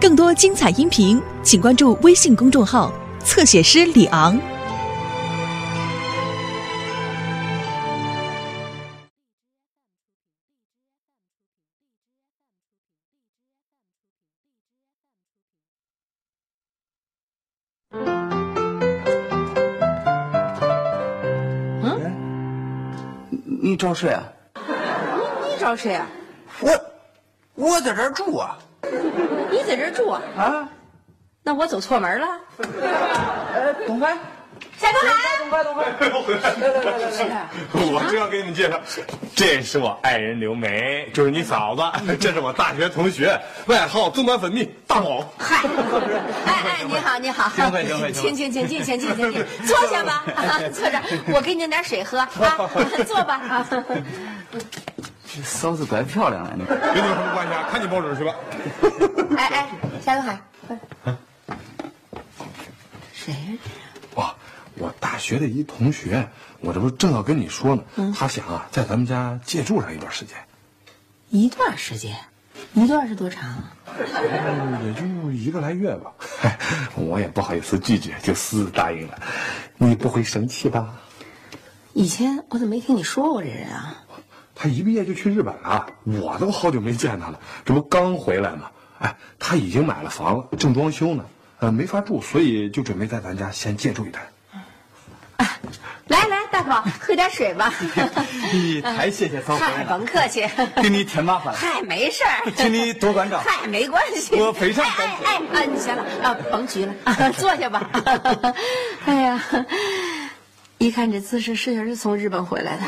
更多精彩音频，请关注微信公众号“侧写师李昂”。你找谁啊？你你找谁啊？我，我在这儿住啊你在这儿住啊？啊！那我走错门了。哎，董开，夏东海，董开，董开， 我正要给你们介绍，这是我爱人刘梅，就是你嫂子，这是我大学同学，外号增短粉蜜大宝。嗨，哎哎，你好，你好，幸会幸会请请请进，请进，请进，坐下 吧，啊坐着，我给你弄点水喝啊， 坐吧啊。这嫂子怪漂亮的，你看跟你有什么关系啊？看你报纸去吧。哎哎，夏东海，快来谁呀？哇，我大学的一同学，我这不正要跟你说呢，他想啊，在咱们家借住上一段时间，一段时间，一段是多长啊？嗯也就一个来月吧。哎 我也不好意思拒绝，就私自答应了。你不会生气吧？以前我怎么没听你说过这人啊？他一毕业就去日本了，我都好久没见他了，这不刚回来吗？哎，他已经买了房了，正装修呢，呃，没法住，所以就准备在咱家先借住一段。来来，大宝， 喝点水吧。 你太谢谢嫂子嗨，了，甭客气。给你添麻烦了，嗨，没事儿。请你多关照。嗨，没关系，我赔偿哎哎哎，啊，你行了啊，甭急了，啊坐下吧。 哎呀，一看这姿势，是确是从日本回来的。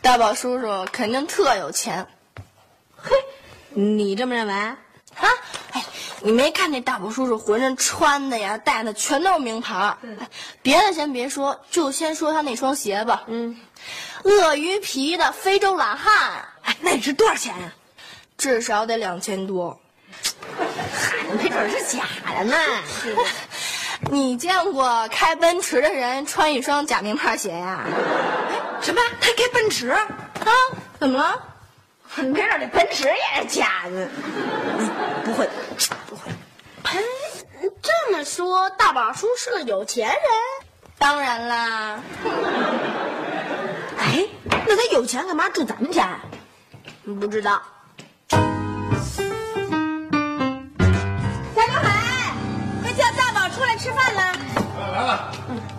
大宝叔叔肯定特有钱你这么认为？啊！哎，你没看这大宝叔叔浑身穿的呀、戴的全都是名牌儿。哎别的先别说，就先说他那双鞋吧。嗯，鳄鱼皮的非洲懒汉，哎，那你是多少钱呀、至少得两千多。没准是假的呢。 你见过开奔驰的人穿一双假名牌鞋呀？什么？他开奔驰？啊？怎么了？没准那奔驰也是假的。哎不会，不会。这么说，大宝叔是个有钱人？当然啦。哎，那他有钱干嘛住咱们家呀？不知道。夏东海，快叫大宝出来吃饭了。来了。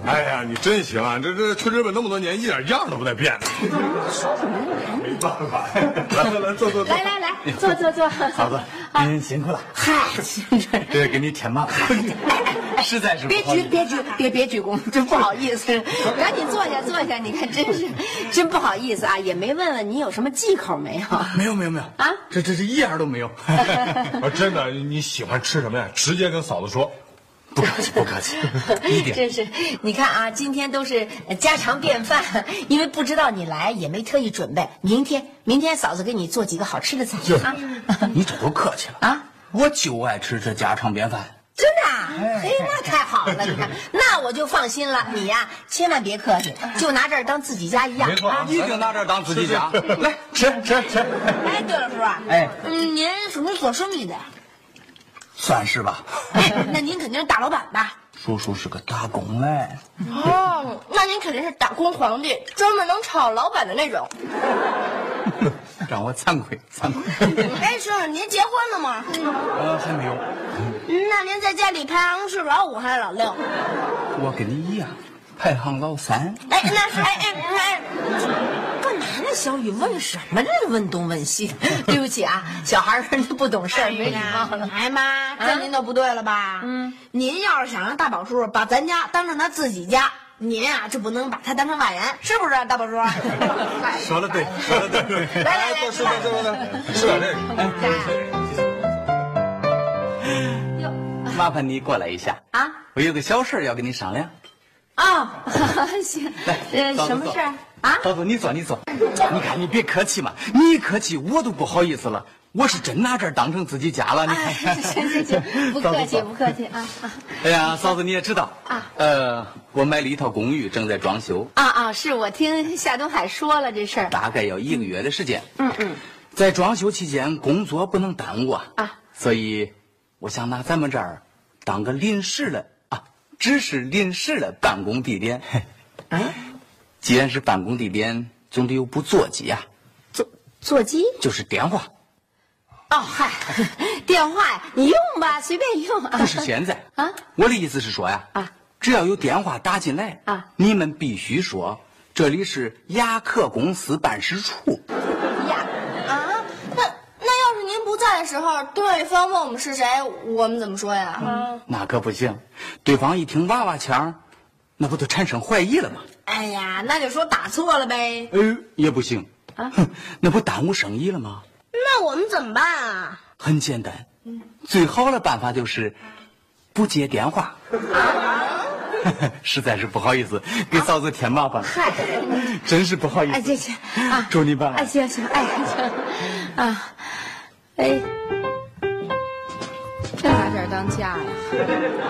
哎呀，你真行啊！这这去日本那么多年，一点样都不带变 的。没办法，来来来，坐坐坐。来来来，坐坐坐。 嫂子，您辛 苦了，哎嗨，这是给你添麻烦了，实在是不别好意鞠思。别鞠别别鞠躬，真不好意 思，赶紧坐下坐下。你看，真是真不好意思啊，也没问问你有什么忌口没有。没有没有没有啊这这这一样都没 有。啊，真的，你喜欢吃什么呀？直接跟嫂子说。不客气不客 气，一点真是，你看啊，今天都是呃家常便饭，因为不知道你来，也没特意准备。明天，明天嫂子给你做几个好吃的菜啊！你这都客气了啊！ 我就爱吃这家常便饭。真的啊？哎，那太好了，你 看，那我就放心了。你呀、千万别客气，就拿这儿当自己家一样。没错啊一定拿这儿当自己 家。来吃吃吃，哎，对了，叔叔，哎，嗯，您属于左生 里的，算是吧。哎，那您肯定是大老板吧？叔叔是个打工嘞，哦，那您肯定是打工皇帝，专门能炒老板的那种。让我惭愧惭 愧。哎，叔叔，您结婚了吗？呃，还没有，那您在家里排行是老五还是老六？我跟你一样，排行老三。哎，那是哎哎哎，干嘛呢？小雨问什么呢？问东问西，对不起啊，小孩儿不懂事儿，没礼貌了。啊哎妈，这您就不对了吧？嗯，您要是想让大宝叔叔把咱家当成他自己家，您啊就不能把他当成外人，是啊不是，大 宝叔？说的对，说的对。来来坐坐坐坐坐，哎吃点这个。麻烦你过来一下啊！我有个小事儿要跟你商量。哦， 行，来，呃，嫂子什 么事儿？啊嫂子嫂子，你坐，你坐。你看，你别客气嘛，你一客气，我都不好意思了。我是真拿这儿当成自己家了。你看，行行 行，不客气不客气啊啊哎呀，嫂子你也知道啊，呃，我买了一套公寓，正在装修，啊啊！是我听夏东海说了这事儿，大概要一个月的时间。嗯嗯，在装修期间，工作不能耽误啊。啊，所以我想拿咱们这儿当个临时的啊，只是临时的办公地点。哎，啊既然是办公地点，总得有部座机啊，座座机就是电话。哦嗨，电话你用吧，随便用啊不是现在啊，我的意思是说呀，啊，只要有电话打进来啊，你们必须说这里是雅克公司办事处。啊，那那要是您不在的时候，对方问我们是谁，我们怎么说呀？嗯那可不行，对方一听娃娃腔，那不就产生怀疑了吗？哎呀，那就说打错了呗。哎，也不行啊，哼那不耽误生意了吗？那我们怎么办啊？很简单，嗯最好的办法就是不接电话。 实在是不好意思，给嫂子添麻烦了，嗨，真是不好意哎思。行行啊，祝你办哎案。行行哎行啊，哎，这哪点当家呀？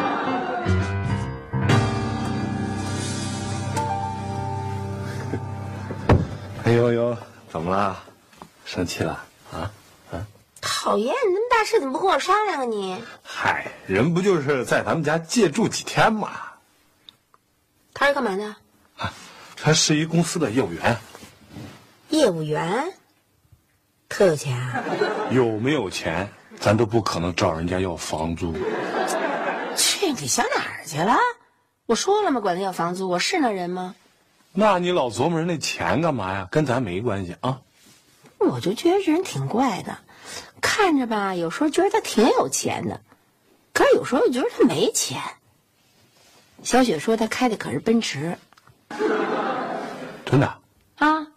哎呦呦，怎么了？生气了啊？讨厌，那么大事怎么不跟我商量啊你？嗨，人不就是在咱们家借住几天嘛？他是干嘛的？啊，他是一公司的业务员，业务员，特有钱啊？有没有钱，咱都不可能找人家要房租。去，你想哪儿去了？我说了吗？管他要房租，我是那人吗？那你老琢磨人那钱干嘛呀？跟咱没关系啊。我就觉得这人挺怪的，看着吧，有时候觉得他挺有钱的，可是有时候又觉得他没钱。小雪说他开的可是奔驰真的？啊，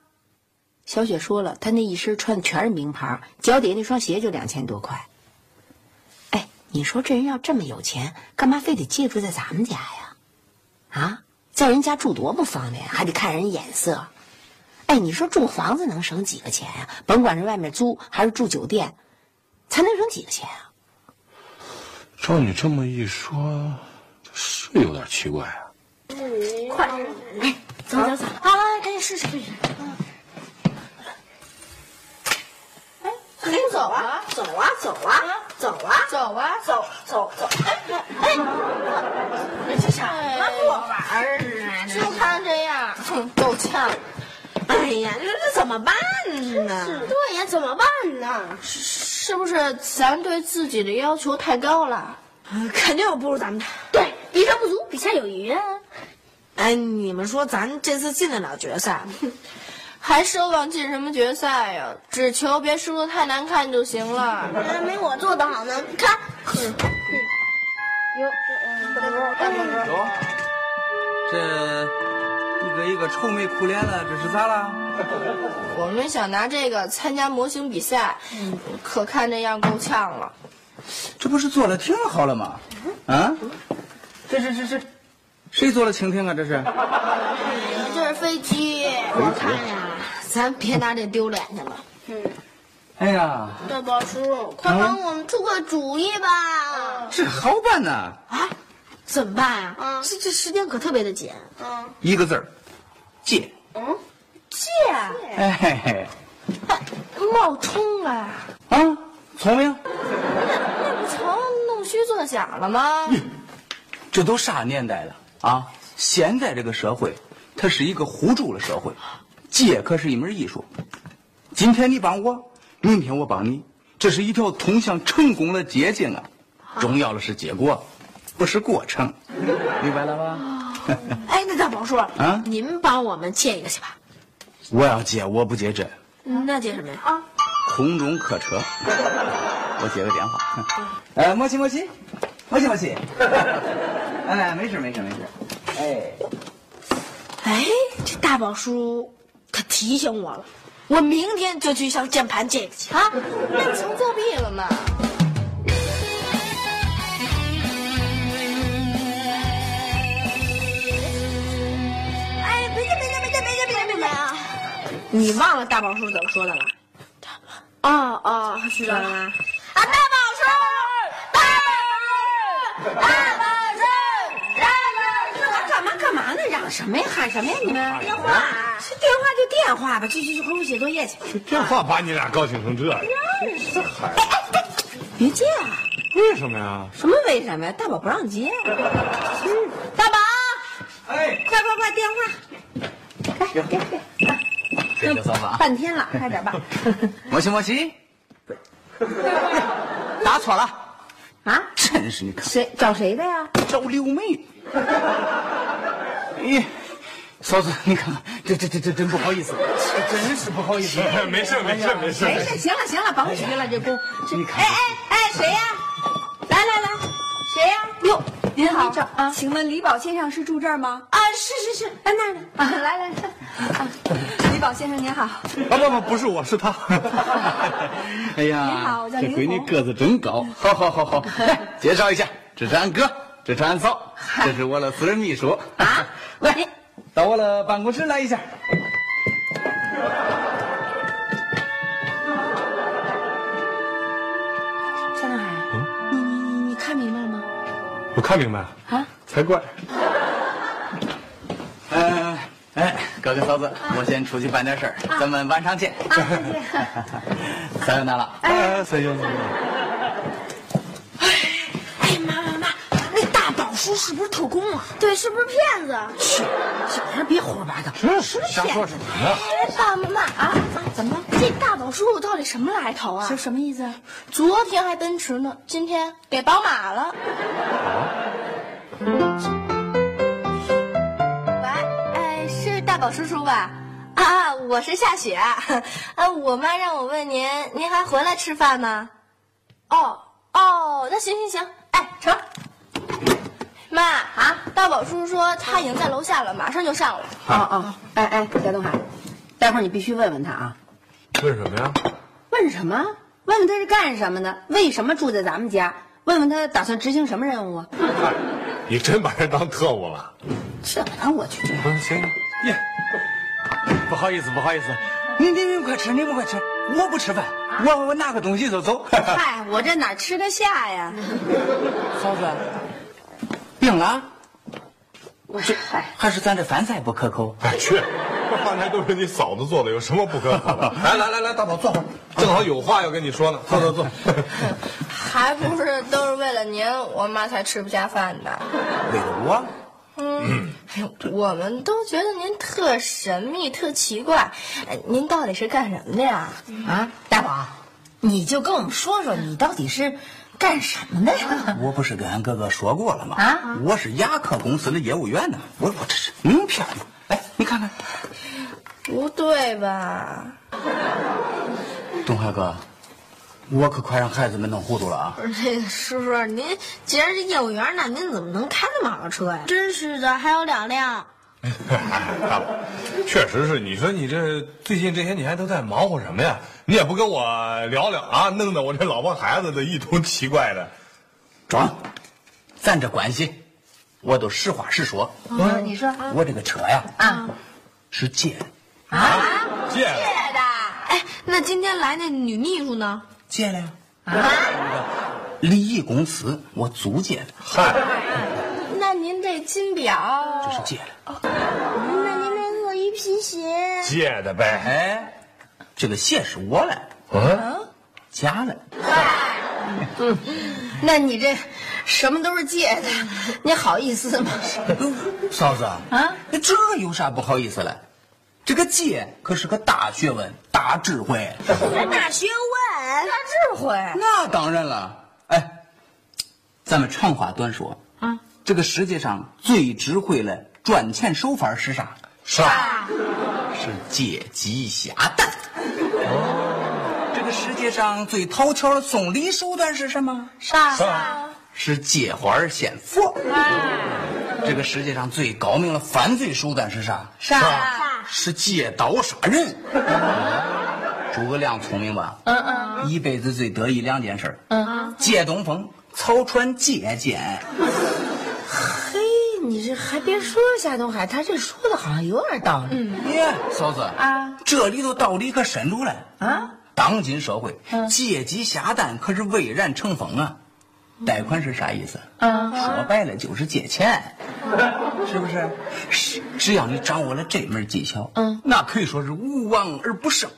小雪说了，他那一身穿的全是名牌，脚底下那双鞋就两千多块。哎，你说这人要这么有钱，干嘛非得借住在咱们家呀？啊，在人家住多不方便，还得看人眼色。哎，你说住房子能省几个钱呀、甭管是外面租还是住酒店，才能省几个钱啊？照你这么一说，这是有点奇怪啊。走走走，好来赶紧试试。哎，你走啊，走啊，走啊，走啊，走啊，走走走。哎哎，这啥破玩意儿啊？就他这样，哼，够呛。啊哎呀，那这怎么办呢？对呀，怎么办呢？是是不是咱对自己的要求太高了？肯定有不如咱们的。对，比上不足，比下有余啊。哎，你们说咱这次进得了决赛吗？还奢望进什么决赛呀、只求别输的太难看就行了。没我做的好呢，看。走，这一个一个愁眉苦脸的，这是咋了？我们想拿这个参加模型比赛，嗯可看这样够呛了。这不是做的挺好了吗？嗯啊，这这这这，谁做了蜻蜓啊？这是？这是飞机，我看呀，咱别拿这丢脸去了。哎呀，大宝叔，快帮我们出个主意吧。这好办呐，怎么办啊？嗯这这时间可特别的紧。嗯，一个字儿，借。借哎嘿嘿，冒充啊，啊，聪明。不成弄虚作假了吗？这都啥年代了啊？现在这个社会，它是一个互助的社会，借可是一门艺术。今天你帮我，明天我帮你，这是一条通向成功的捷径啊！重要的是结果，不是过程，明白了吧？哎，那大宝叔，啊您帮我们借一个去吧。我要接，我不接这那借什么呀？啊，空中客车。 我接个电话。呃，莫西莫西，莫西莫 西。哎，没事没事没事。哎。哎，这大宝叔可提醒我了，我明天就去向键盘借一个去啊。那成作弊了嘛？哎，别别别别别别别别别啊！你忘了大宝叔怎么说的了？哦哦，知道知道了了。吧？啊，大宝叔，大宝叔，大宝叔，大宝叔。干嘛干嘛呢？嚷什么呀？喊什么呀？你们电话，这电话就电话吧，去去去，回屋写作业去。这电话把你俩高兴成这样，这孩子别借啊！为什么呀？什么为什么呀？大宝不让接。大宝，哎，快快快，电话！这就算了啊！半天了，快点吧。莫西莫西，打错了，啊？真是你看谁找谁的呀？找六 妹。哎，嫂子，你看看，这这这这真不好意思，真是不好 意思。没事没事没事没事，行了行了，甭提了，这功。这你看哎哎哎，谁呀？来来来，谁呀？哟，您好啊，请问李宝先生是住这儿吗？啊，是是是，哎那呢啊，来来来，啊，李宝先生您好。啊不不不是我是他， 哎呀，你好我叫这林闺女红个子真高，好好好好，来介绍一下，这是俺哥，这是俺嫂，这是我的私人秘书啊，来到我的办公室来一下。夏东海，你你你看明白了吗？我看明白了啊，才怪。嗯，哎，哥哥嫂啊子，我先出去办点事儿，咱们晚上见。啊，再见。呃了。哎，谁用的？哎妈妈妈，那大宝叔是不是特工啊？对，是不是骗子？小孩别胡说八道，这是瞎说什么呢？哎，爸妈妈啊，怎么了？这大宝叔到底什么来头啊？什么意思？昨天还奔驰呢，今天给宝马了。喂，哎，是大宝叔叔吧？啊，我是夏雪。啊，我妈让我问您，您还回来吃饭吗？哦哦，那行行行，哎，成。妈啊，大宝叔叔说他已经在楼下了，马上就上了。哦哦，哎哎，夏东海，待会儿你必须问问他啊，问什么呀？问什么？问问他是干什么的？为什么住在咱们家？问问他打算执行什么任务啊？哎你真把人当特务了？这哪我去？啊嗯，行，耶，不好意思，不好意思，你你们快吃，你们快吃，我不吃饭，我我拿个东西就走。啊 嗨，我这哪吃得下呀？嫂子，病了，我嗨，还是咱这饭菜不可口？哎去，这饭菜都是你嫂子做的，有什么不可口的？来来来来，大宝坐会儿，正好有话要跟你说呢。坐坐坐。还不是都是为了您，我妈才吃不下饭的。为了我，哎呦，我们都觉得您特神秘、特奇怪，哎您到底是干什么的呀？啊，大宝，你就跟我们说说，你到底是干什么的呀？我不是跟俺哥哥说过了吗？啊，我是雅克公司的业务员呢。我我这是名片吗？哎，你看看，不对吧？东海哥，我可快让孩子们弄糊涂了啊！这个叔叔，您既然是业务员呢，您怎么能开那么好的车呀？真是的，还有两辆。哎大宝， 确实是，你说你这最近这些年都在忙活什么呀？你也不跟我聊聊啊，弄得我这老婆孩子的一通奇怪的。装，咱这关系，我都实话实说。啊，你说我这个车呀，啊是借的，借了对的，哎，那今天来那女秘书呢？借了呀。啊，利益公司我租借的，嗨，那您这金表，这是借哦的。那您这鳄鱼皮鞋，借的呗。哎，这个鞋是我的，嗯，哦假的。 那你这什么都是借的，你好意思吗？啊嫂子啊，这有啥不好意思了？这个借可是个大学问，大智慧。大学问，大智慧。那当然了，哎，咱们长话短说啊，这个世界上最智慧的赚钱手法是啥？是吧？是借鸡下蛋。哦这个世界上最讨巧的送礼手段是什么？啥是吧？是借花儿献佛。这个世界上最高明的犯罪手段是啥？是啥吧？是借刀杀人。诸葛亮聪明吧？嗯嗯。一辈子最得意两件事。嗯。借东风，草船借箭。嘿，你这还别说，夏东海，他这说的好像有点道理。嗯，耶，嫂子啊，这里头道理可深着嘞啊！嗯当今社会，借鸡下蛋可是蔚然成风啊。贷款是啥意思？啊，说白了就是借钱，是不是？是，只要你掌握了这门技巧，嗯，那可以说是无往而不胜。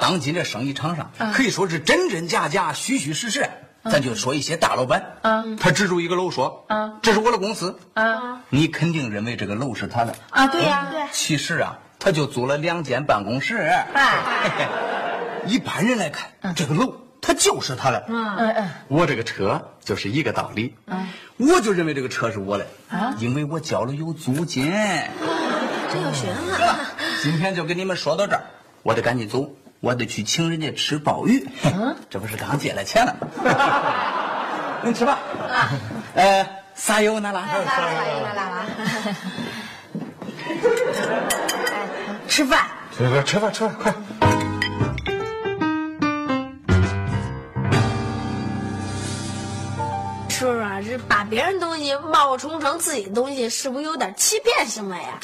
当今这生意场上，可以说是真真假假、虚虚实实。咱就说一些大老板，啊，他支住一个楼说，啊，这是我的公司，啊，你肯定认为这个楼是他的，啊，对呀、对。其实啊，他就租了两间办公室。 一般人来看，这个楼它就是他的。嗯嗯，我这个车就是一个道理。我就认为这个车是我的，啊因为我交了有租金。 真有学 问。今天就跟你们说到这儿，我得赶紧走，我得去请人家吃鲍鱼。嗯 这不是刚借了钱了 吗？您吃吧。啊呃，撒油那拉。哎吃饭。吃饭，吃饭，吃饭，快！叔叔啊，这把别人东西貌若冲成自己的东西，是不是有点欺骗行为啊？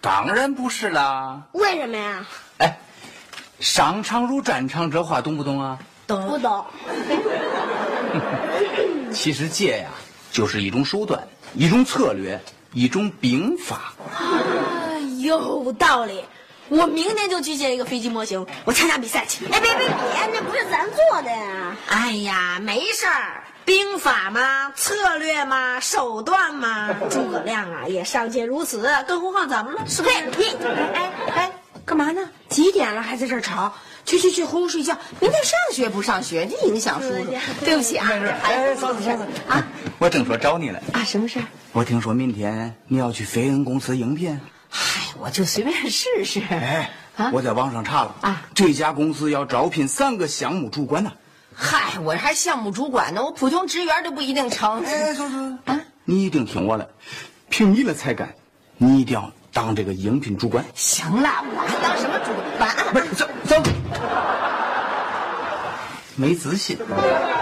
当然不是啦。为什么呀？哎，商场如战场，这话懂不懂啊？懂不懂？其实借呀，就是一种手段，一种策略，一种兵法。哎有道理。我明天就去借一个飞机模型，我参加比赛去。哎，别别别，那不是咱做的呀！哎呀，没事儿，兵法嘛，策略嘛，手段嘛，诸葛亮啊也尚且如此，更何况咱们呢？是不是？你哎哎，干嘛呢？几点了还在这儿吵？去去去，哄哄睡觉。明天上学不上学，这影响叔叔。对不起啊，这孩子。啊我正说找你嘞，啊，什么事儿？我听说明天你要去飞恩公司应聘。嗨，我就随便试试。哎，啊我在网上查了啊，这家公司要招聘三个项目主管呢。嗨，我还项目主管呢，我普通职员都不一定成。哎，叔叔啊，你一定听我的，凭你的才干，你一定要当这个应聘主管。行了，我还当什么主管？不是，走走，没自信。哎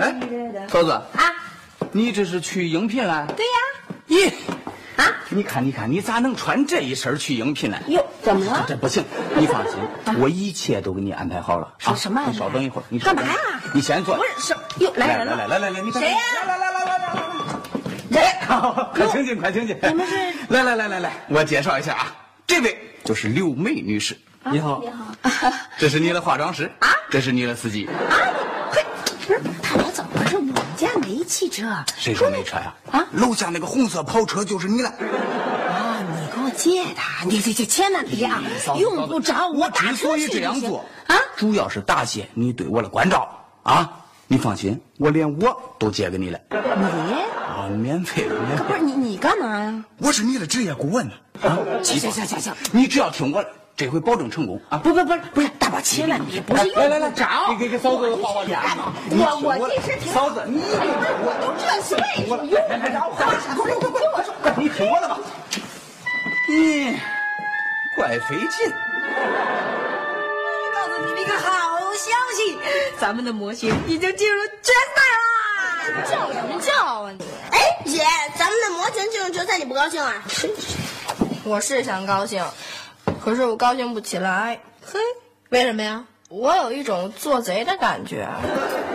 哎，嫂子啊，你这是去应聘了？对呀。咦，啊，你看，你看，你咋能穿这一身去应聘呢？哟，怎么这？这不行，你放心，我一切都给你安排好了。啊说哦什么安排你稍等一会儿，你稍等一会儿干嘛呀你先坐。不是是哟，来来人了。来来来来，你谁呀来来来来来来来，哎，好，快请进，快请进。你们是？来来来来来，我介绍一下啊，这位就是刘梅女士。啊你好，你好， 这是你的化妆师啊，这是你的司机。不是，大佬怎么回事？我们家没汽车啊！谁说没车呀？啊楼下那个红色跑车就是你的。你给我借的，你这这千万别啊嫂，子用不着我打之车所以去这就样行做啊。主要是答谢你对我的关照啊！你放心，我连我都借给你了你啊，免费的，免不费是你你干嘛呀？我是你的职业顾问呢啊！行行行行行，你只要听我的，这回保证成功啊！不不不是不是，大宝千万别，不是用来来来不着。你给给嫂子画画脸大宝，你我听我我这是挺嫂子你我都这岁数，用不着花什么？你跟我说，你听我的吧。咦，怪费劲。告诉你们一个好消息，咱们的模型已经进入决赛啦！叫什么叫啊你？哎，姐，咱们的模型进入决赛，你不高兴啊？我是想高兴，可是我高兴不起来。嘿，为什么呀？我有一种做贼的感觉。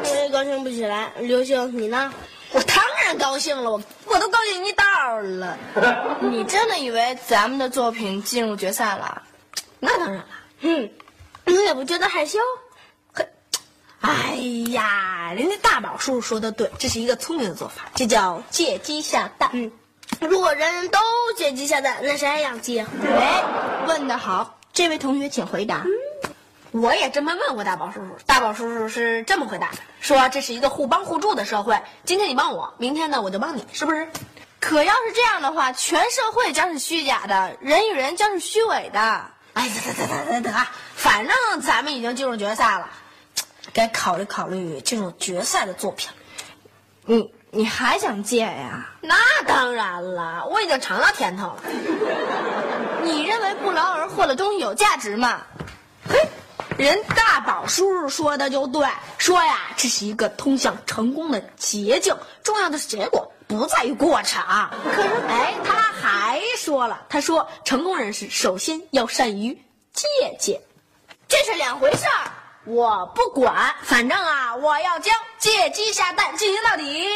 我也高兴不起来。刘星，你呢？我当然高兴了，我我都高兴一道儿 了。你真的以为咱们的作品进入决赛了？那当然了。嗯，你也不觉得害羞？哎呀，人家大宝叔叔说的对，这是一个聪明的做法，这叫借鸡下蛋。嗯，如果人人都借鸡下蛋，那谁还养鸡啊？哎，问得好，这位同学请回答。嗯我也这么问过大宝叔叔，大宝叔叔是这么回答的：说这是一个互帮互助的社会，今天你帮我，明天呢我就帮你，是不是？可要是这样的话，全社会将是虚假的，人与人将是虚伪的。哎，得得得得得得，反正咱们已经进入决赛了，该考虑考虑进入决赛的作品。你你还想借呀？那当然了，我已经尝到甜头了。你认为不劳而获的东西有价值 吗？人大宝叔叔说的就对，说呀，这是一个通向成功的捷径，重要的是结果，不在于过程。可是，哎，他还说了，他说成功人士首先要善于借鉴，这是两回事儿。我不管，反正啊，我要将借鸡下蛋进行到底。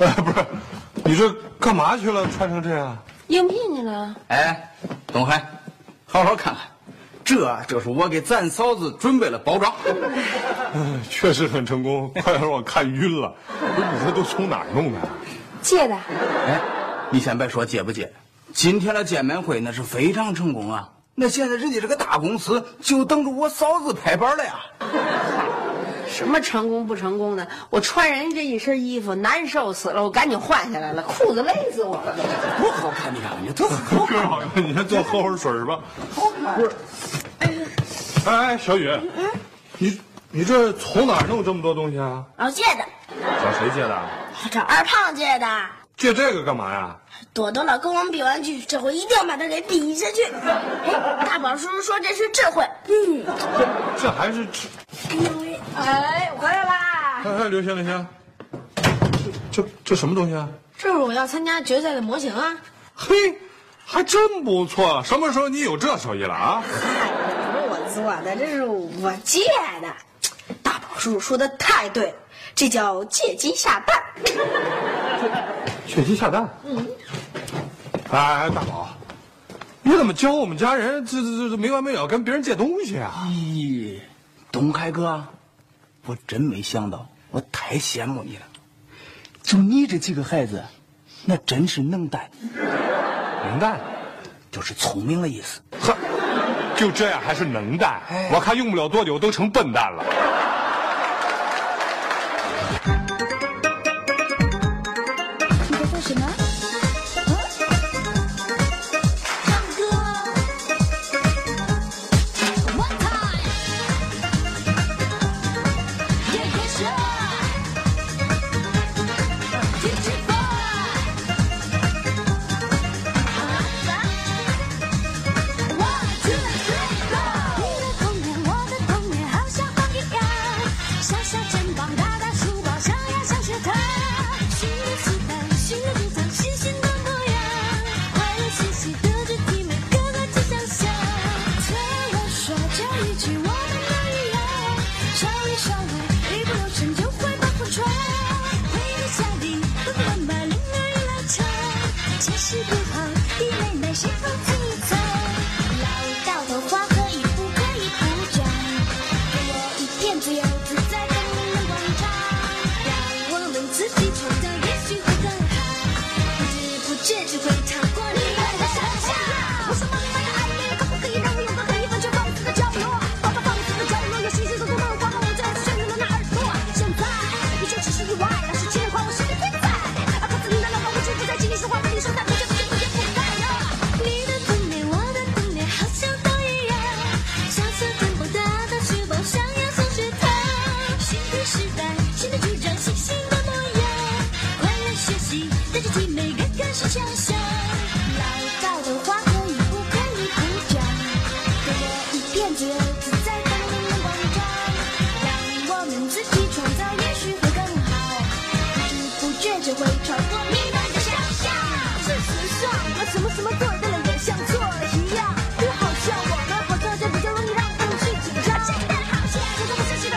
哎，不是，你这干嘛去了？穿成这样？应聘去了，哎，董海，好好看看，这啊这是我给咱嫂子准备了包装。哎确实很成功，快让我看晕了。不是你这都从哪儿弄的？啊借的。哎，你先别说接不接，今天的见面会那是非常成功啊。那现在人家这个大公司就等着我嫂子拍板了呀。什么成功不成功的？我穿人家这一身衣服难受死了，我赶紧换下来了，裤子勒死我了都。多好看，你看，你多好哥好像你先多喝会儿水吧。不是，哎哎，小雨，你你这从哪儿弄这么多东西啊？哦然后借的，找谁借的？啊找二胖借的。借这个干嘛呀？朵朵老跟我们比玩具，这回一定要把它给比下去。哎，大宝叔叔说这是智慧。嗯，这还是吃哎，我回来啦！哎哎，刘星，刘星，这这这什么东西啊？这是我要参加决赛的模型啊！嘿，还真不错。什么时候你有这手艺了啊？不是我做的，这是我借的。大宝叔叔说的太对了，这叫借鸡下蛋。血鸡下蛋。嗯。哎，大宝，你怎么教我们家人这这这这没完没了跟别人借东西啊？咦，东海哥，我真没想到，我太羡慕你了。就你这几个孩子，那真是能干，能干，就是聪明的意思。呵，就这样还是能干。我看用不了多久都成笨蛋了。你在做什么？唱歌。One time，演歌手，DJ boy，One two three go。你的童年，我的童年，好像风一样，小小肩膀，大大书包，上呀上学堂，新的期待，新的主张，新鲜的模样，快乐学习，德智体美，个个都想象。对我说这一句，我们都一样，少里少外，一不留神就会把风传。回到家里，爸爸妈妈铃儿一拉长，解释不好，弟妹妹谁放自己走。老道的话可以不可以不讲？给我一点自由自在的明亮广场，让我们自己创造，也许会更好。不知不觉只会超过你们的想象。我说妈妈呀，阿姨，可不可以让我有个可以完全放肆的角落？爸爸放肆的角落，有新鲜的动漫，花花我最爱的旋律的那耳朵。现在一切只是意外，那是情人花，我实力最在。啊，告诉你的老板，我就是在听你说话，跟你说但不见不见不见不散了。你的童年，我的童年，好像都一样。小小肩膀，大大书包，上呀上学堂。新的时代，新的主张，新新的模样。快乐学习，带着体美，个个是强项。老道的话可以不可以不讲？给我一片自由自在的明亮广场，让我们自己创造，也许会更好。不知不觉就会超过你们的想象。是时尚，和什么什么做的人也像做了一样，就好像我们活着就比较容易让风去紧张。真的好像，这个不是时代